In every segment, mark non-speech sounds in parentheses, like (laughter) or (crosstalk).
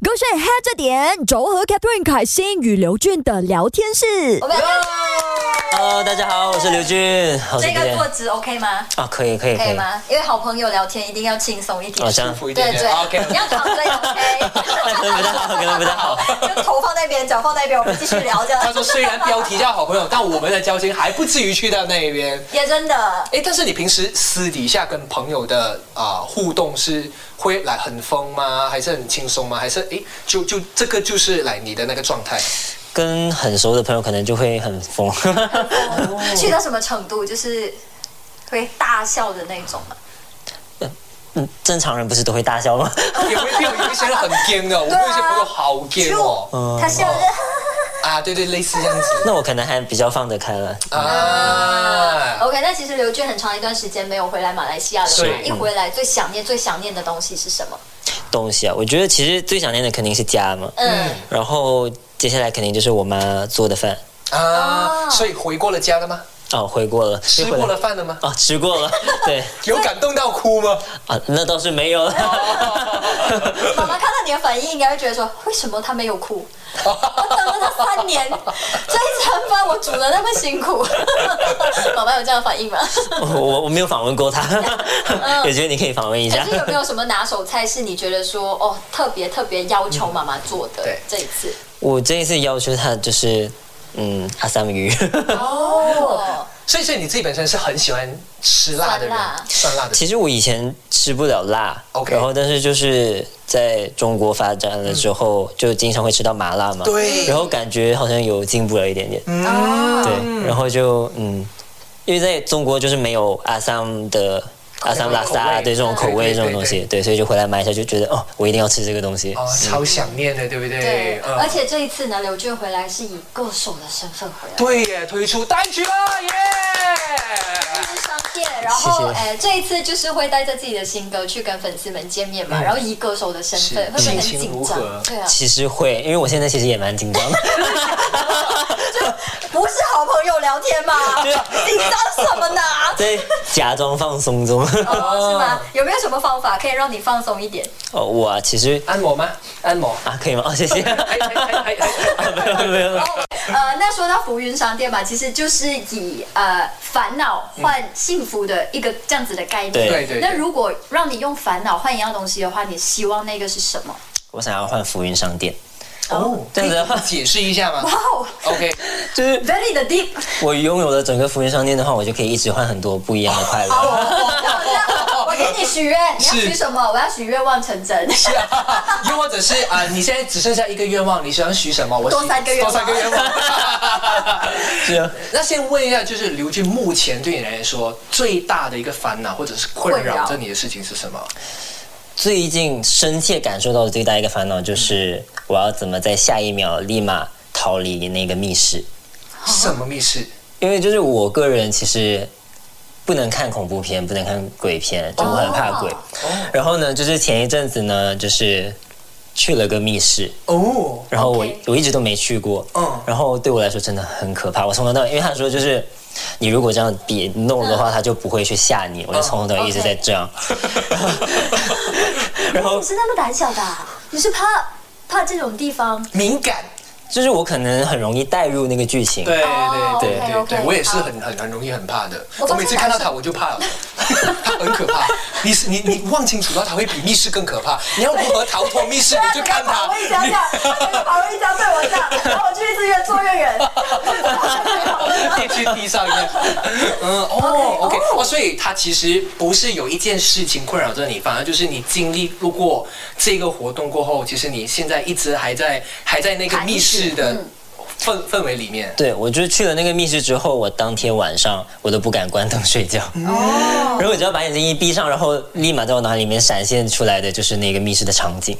睡 Head 这点，轴和 Catherine 凯欣与刘俊的聊天室。 Hello，大家好，我是刘俊，好这个坐 Dian 姿 OK 吗？啊，可以可以可以？吗？因为好朋友聊天一定要轻松一点好，像舒服一对点对点。好，OK，你要躺着也 OK，可能不太好，可能不太好。就头放那边，脚放那边，我们继续聊这样。他说虽然标题叫好朋友，但我们的交情还不至于去到那一边。也真的，哎，但是你平时私底下跟朋友的啊、互动是会来很疯吗？还是很轻松吗？还是哎，就就这个就是来你的那个状态？跟很熟的朋友可能就会很疯， (laughs) 去到什么程度就是会大笑的那种嘛。嗯，正常人不是都会大笑吗？ (laughs) 有没有有一些 (laughs) 人很癫的？我啊有一些朋友好癫哦。嗯就他笑的，啊，对对，类似这 (laughs) 样子那我可能还比较放得开了。啊。 OK，那其实刘俊很长一段时间没有回来马来西亚了嘛，是一回来最想念、最想念的东西是什么？东西啊，我觉得其实最想念的肯定是家嘛，嗯，然后接下来肯定就是我妈做的饭。啊，所以回过了家了吗？哦，回过了，吃过了饭了吗？哦，吃过了， (laughs) 对有感动到哭吗？ (laughs) 啊，那倒是没有了。妈妈看到你的反应，应该会觉得说，为什么他没有哭？我等了他三年，这一餐饭我煮的那么辛苦， (laughs) 妈妈有这样的反应吗？ (laughs) 我我没有访问过她， (laughs) 我觉得你可以访问一嗯可下是。有没有什么拿手菜是你觉得说哦特别特别要求妈妈做的？对这一次我这一次要求她就是，嗯，阿三文鱼。哦，所以，所以你自己本身是很喜欢吃辣的人酸辣，酸辣的人。其实我以前吃不了辣 OK 然后但是就是在中国发展了之后，就经常会吃到麻辣嘛，嗯对嗯然后感觉好像有进步了一点点，哦对，然后就嗯，因为在中国就是没有阿桑的。阿桑拉口萨啊味对这种口味对对对这种东西，对，所以就回来买一下，就觉得哦，我一定要吃这个东西。嗯哦，超想念的，对不对？对，嗯而且这一次呢，刘俊回来是以歌手的身份回来。对耶，推出单曲了耶！是商业，然后谢谢哎，这一次就是会带着自己的新歌去跟粉丝们见面嘛，然后以歌手的身份，会嗯是不会很心情紧如张何？对啊，其实会，因为我现在其实也蛮紧 (laughs) 张的， (laughs) (laughs) 不是好朋友聊天吗？对啊紧张什么呢？在假装放松中。哦，是吗？有没有什么方法可以让你放松一点？ (laughs) 哦，我啊其实按摩吗？按摩。啊，可以吗？哦，谢谢。哎哎哎哎哎没有没有。呃，那说到浮云商店嘛，其实就是以呃烦恼换幸福的一个这样子的概念。对对对对那如果让你用烦恼换一样东西的话，你希望那个是什 (laughs) 么？我想要换浮云商店，哦，这样子的话解释一下嘛。 (laughs) 哦 OK，就是，very 的 (laughs) deep。我拥有了整个福源商店的话，我就可以一直换很多不一样的快好，我乐。我我我给你许愿，你要许什么？我要许愿望成 (laughs) 真。是啊，又或者是啊、你现在只剩下一个愿望，你想许什么？我许多三个愿望多三个愿望。 (laughs) 是啊， (laughs) 那先问一下，就是刘俊目前对你来说最大的一个烦恼或者是困困扰扰着你的事情是什么？最近深切感受到的最大一个烦恼就是，我要怎么在下一秒立马逃离那个密室？什么密室？因为就是我个人其实不能看恐怖片，不能看鬼片，就我很怕鬼。然后呢，就是前一阵子呢，就是去了个密室，哦，然后我 OK 我一直都没去过，嗯然后对我来说真的很可怕。我从头到尾，因为他说就是你如果这样比弄的话，他就不会去吓你。我就哦从头到尾一直在这样，然后你是那么胆小的啊、你是怕怕这种地方？敏感。就是我可能很容易带入那个剧情，对哦对对 OK，OK，对对，我也是好很很很容易很怕的。我我刚每次看到他我就怕了， (laughs) 他很可怕。你是你你望清楚到他会比密室更可怕。你要如何逃脱密室？你就看他。我一张这样，我一张对我这样，然后我就一直越做越远。跌去地上一样。嗯，哦，OK，哦，所以他其实不是有一件事情困扰着你，反而就是你经历路过这个活动过后，其实你现在一直还在还在那个密室的氛氛围里面。对，我就是去了那个密室之后，我当天晚上我都不敢关灯睡觉。嗯哦，然后我只要把眼睛一闭上，然后立马在我脑海里面闪现出来的就是那个密室的场景，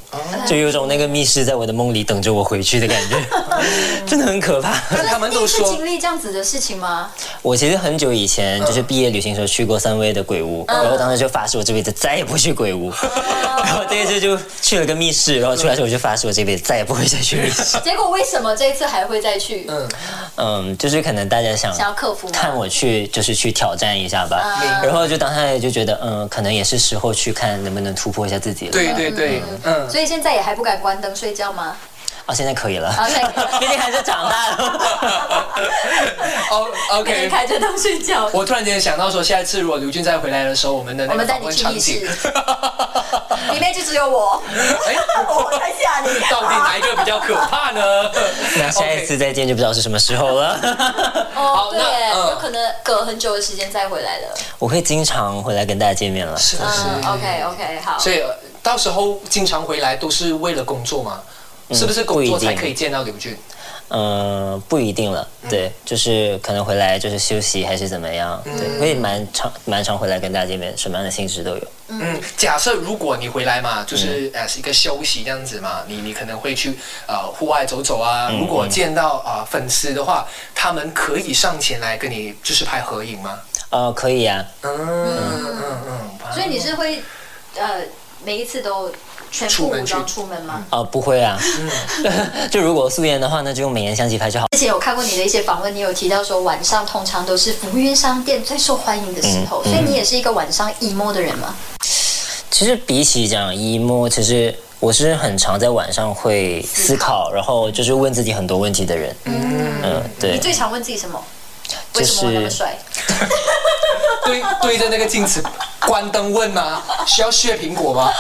就有种那个密室在我的梦里等着我回去的感觉，真的很可怕。但他们都你是说经历这样子的事情吗？我其实很久以前就是毕业旅行的时候去过三威的鬼屋，然后当时就发誓我这辈子再也不去鬼屋，然后这一次就去了个密室，然后出来之后我就发誓我这辈子再也不会再去密室。结果为什么这一次还会再再去，嗯， (laughs) 嗯，就是可能大家想想要克服吗看我去，就是去挑战一下吧。明然后就当下也就觉得，嗯，可能也是时候去看能不能突破一下自己了。对对对， (laughs) 嗯，所以现在也还不敢关灯睡觉吗？啊，现在可以了，啊，现在 (laughs) 毕竟还是长大了。 (laughs) 哦每天，OK。开着灯睡觉。我突然间想到说，下一次如果刘俊再回来的时候，我们的那我个们带访你问去场密景室， (laughs) 里面就只有我，哎，我才吓你。到底哪一个比较可怕呢？那下一次再见就不知道是什么时候了。 (laughs) 哦，对那耶，嗯有可能隔很久的时间再回来了。我会经常回来跟大家见面了。是是嗯，OK OK，好。所以呃到时候经常回来都是为了工作嘛？是不是工作才可以见到刘俊？嗯，不一定了，对，就是可能回来就是休息还是怎么样，对，会蛮常蛮常回来跟大家见面，什么样的性质都有。嗯，假设如果你回来嘛，嗯就是呃是一个休息这样子嘛，你你可能会去呃户外走走啊。嗯如果见到啊、呃粉丝的话，他们可以上前来跟你就是拍合影吗？哦、可以啊，嗯嗯嗯嗯。所以你是会呃每一次都全出副门武装去出门吗？哦、不会啊， (laughs) 就如果素颜的话，那就用美颜相机拍就好。之前有看过你的一些访问，你有提到说晚上通常都是服务业商店最受欢迎的时嗯候，所以你也是一个晚上 emo 的人吗？其实比起讲 emo，其实我是很常在晚上会思考，然后就是问自己很多问题的人。嗯对你，最常问自己什么？就为是什么我那么帅？ (laughs) 对对着那个镜子关灯问 (laughs) 吗？需要削苹果吗？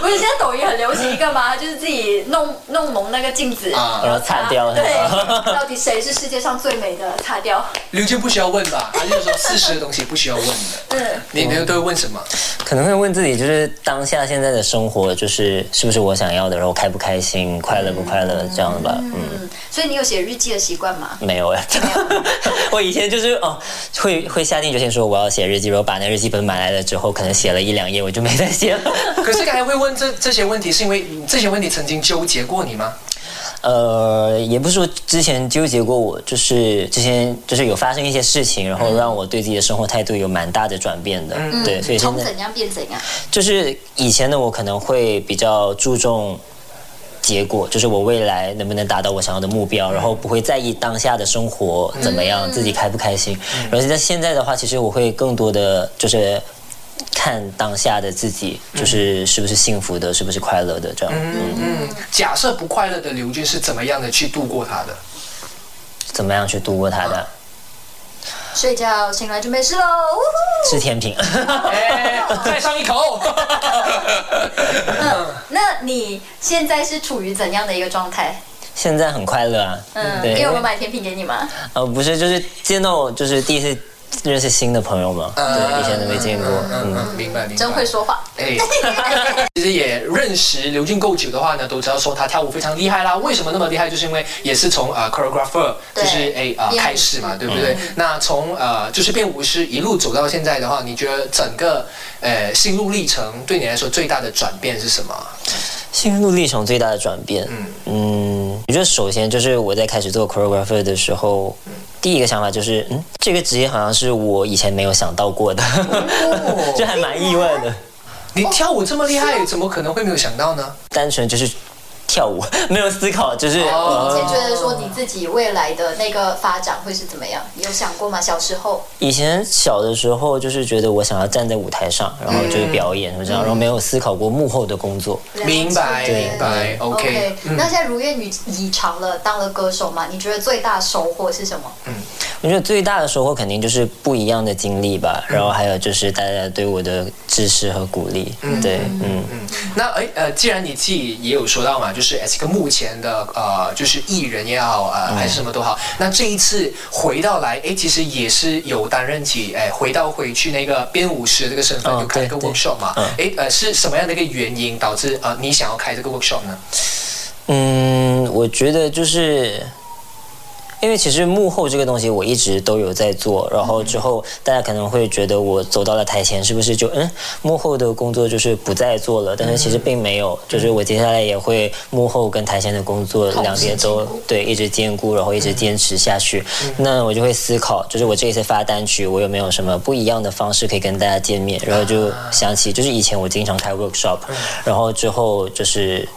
不是现在抖音很流行一个吗？就是自己弄弄蒙那个镜子， (laughs) 啊然后擦掉对，到底谁是世界上最美的？擦掉。刘俊不需要问吧？他就是说事实的东西不需要问的。嗯，你你都会问什么？ (laughs) 可能会问自己，就是当下现在的生活，就是是不是我想要的，然后开不开心，快乐不快乐，这样吧。嗯，所以你有写日记的习惯吗？没有 (laughs) 哎，我以前就是哦，会会下定决心说我要写日记，然后把那日记本买来了之后，可能写了一两页，我就没再写了。 (laughs) 嗯可是刚才会问这这些问题，是因为嗯这些问题曾经纠结过你吗？呃，也不是说之前纠结过我，就是之前就是有发生一些事情，然后让我对自己的生活态度有蛮大的转变的。对，所以现从在怎样变怎样？就是以前的我可能会比较注重。结果就是我未来能不能达到我想要的目标，然后不会在意当下的生活怎么样，自己开不开心。嗯然后现在现在的话，其实我会更多的就是看当下的自己，就是是不是幸福的，是不是快乐的这样。嗯，假设不快乐的刘俊是怎么样的去度过他的？怎么样去度过它的？睡觉，醒来就没事喽。呜呼是天平。哎，再上一口。嗯嗯那你现在是处于怎样的一个状态？ (laughs) 现在很快乐啊，嗯，对，因为我们买甜品给你嘛。呃不是就是见到我就是第一次认识新的朋友嘛，对，以前都没见过，嗯嗯，嗯，明白明白。真会。说话。哎，其实也认识刘俊够久的话呢，都知道说他跳舞非常厉害啦。为什么那么厉害？就是因为也是从呃 choreographer 对就是哎啊、呃、编舞开始嘛，对不对？那从呃就是变舞师一路走到现在的话，你觉得整个呃心路历程对你来说最大的转变是什么？心路历程最大的转变，嗯，我觉得首先就是我在开始做 choreographer 的时候，第一个想法就是，嗯，这个职业好像是我以前没有想到过的， (laughs) 就还蛮意外的，你跳舞这么厉害，怎么可能会没有想到呢？单纯就是跳舞， (laughs) 没有思考，就是。哦呃以前觉得说你自己未来的那个发展会是怎么样？你有想过吗？小时候，以前小的时候，就是觉得我想要站在舞台上，然后就是表演什么这样，然后没有思考过幕后的工作。明白对明白，OK，嗯那现在如愿以以偿了，当了歌手嘛，你觉得最大收获是什么？我觉得最大的收获肯定就是不一样的经历吧，然后还有就是大家对我的支持和鼓励。对，嗯，那哎呃，既然你自己也有说到嘛，就是哎这个目前的呃，就是艺人也好啊、嗯呃，还是什么都好，那这一次回到来，哎，其实也是有担任起哎回到回去那个编舞师这个身份，哦有开一个对嗯对 workshop 嘛，哎呃是什么样的一个原因导致呃你想要开这个 workshop 呢？嗯，我觉得就是。因为其实幕后这个东西我一直都有在做，然后之后大家可能会觉得我走到了台前，是不是就嗯幕后的工作就是不再做了？但是其实并没有，就是我接下来也会幕后跟台前的工作两边都对一直兼顾，然后一直坚持下去。那我就会思考，就是我这一次发单曲，我有没有什么不一样的方式可以跟大家见面？然后就想起就是以前我经常开 workshop，然后之后就是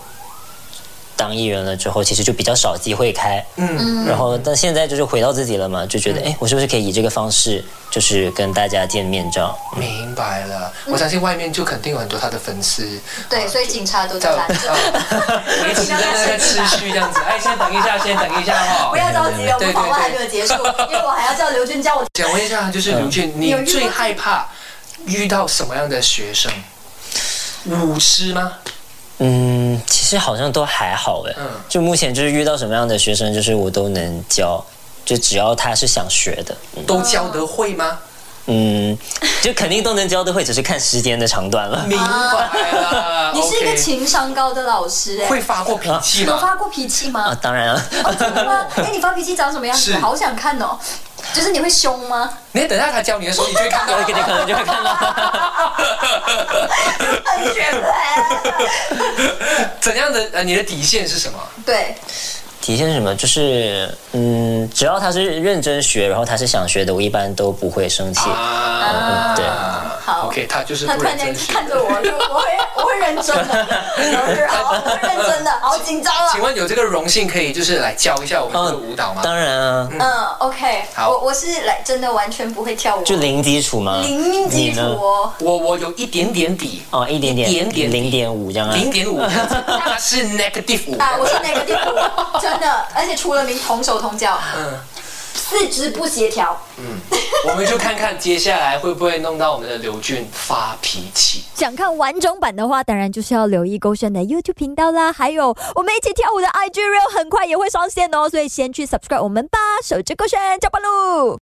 当艺人了之后，其实就比较少机会开，嗯，然后但现在就是回到自己了嘛，就觉得哎、诶我是不是可以以这个方式，就是跟大家见面这样？明白了，我相信外面就肯定有很多他的粉丝，对，所以警察都在在啊拦 (laughs) 着，， (laughs) 一直在那个持续这样子。哎，先等一下，先等一下哈。不要着急，我对对们访问还没有结束，因为我还要叫刘俊 (laughs) 教我。想问一下，嗯就是刘俊，你最害怕遇到什么样的学生？舞狮吗？嗯，其实好像都还好哎，嗯就目前就是遇到什么样的学生，就是我都能教，就只要他是想学的，都教得会吗？嗯，就肯定都能教得会，只是看时间的长短了。明白 (laughs) 了。你是一个 OK 情商高的老师哎、会发过脾气有吗？发过脾气啊，吗？当然啊，哇，哎，你发脾气长什么样子是？好想看哦。就是你会凶 (laughs) 吗？你等一下他教你的时候，你就会看到 (laughs) 我。可能就会看到。很绝对。怎样的呃，你的底线是什么？对， (laughs) 体现什么？就是嗯，只要他是认真学，然后他是想学的，我一般都不会生气。啊嗯对好 OK，他就是他不突然认间真学。看着我，就我会我会认真的，老师好，哦我会认真的，好紧张啊请。问有这个荣幸可以就是来教一下我们的舞蹈吗？当然啊，嗯，OK，好我我是来真的完全不会跳舞，就零基础嘛。零基础你呢？哦。我我有一点点底，哦，一点点，一点点零点五这样啊。零 (laughs) 点五，他是 negative 五。啊，我是那个地步，真的，而且出了名同手同脚，嗯，四肢不协调。 (laughs) 我们就看看接下来会不会弄到我们的刘俊发脾气。想看完整版的话，当然就是要留意勾选的 YouTube 频道啦，还有我们一起跳舞的 IG Reel，很快也会上线哦，所以先去 subscribe 我们吧。手机勾选，加班喽！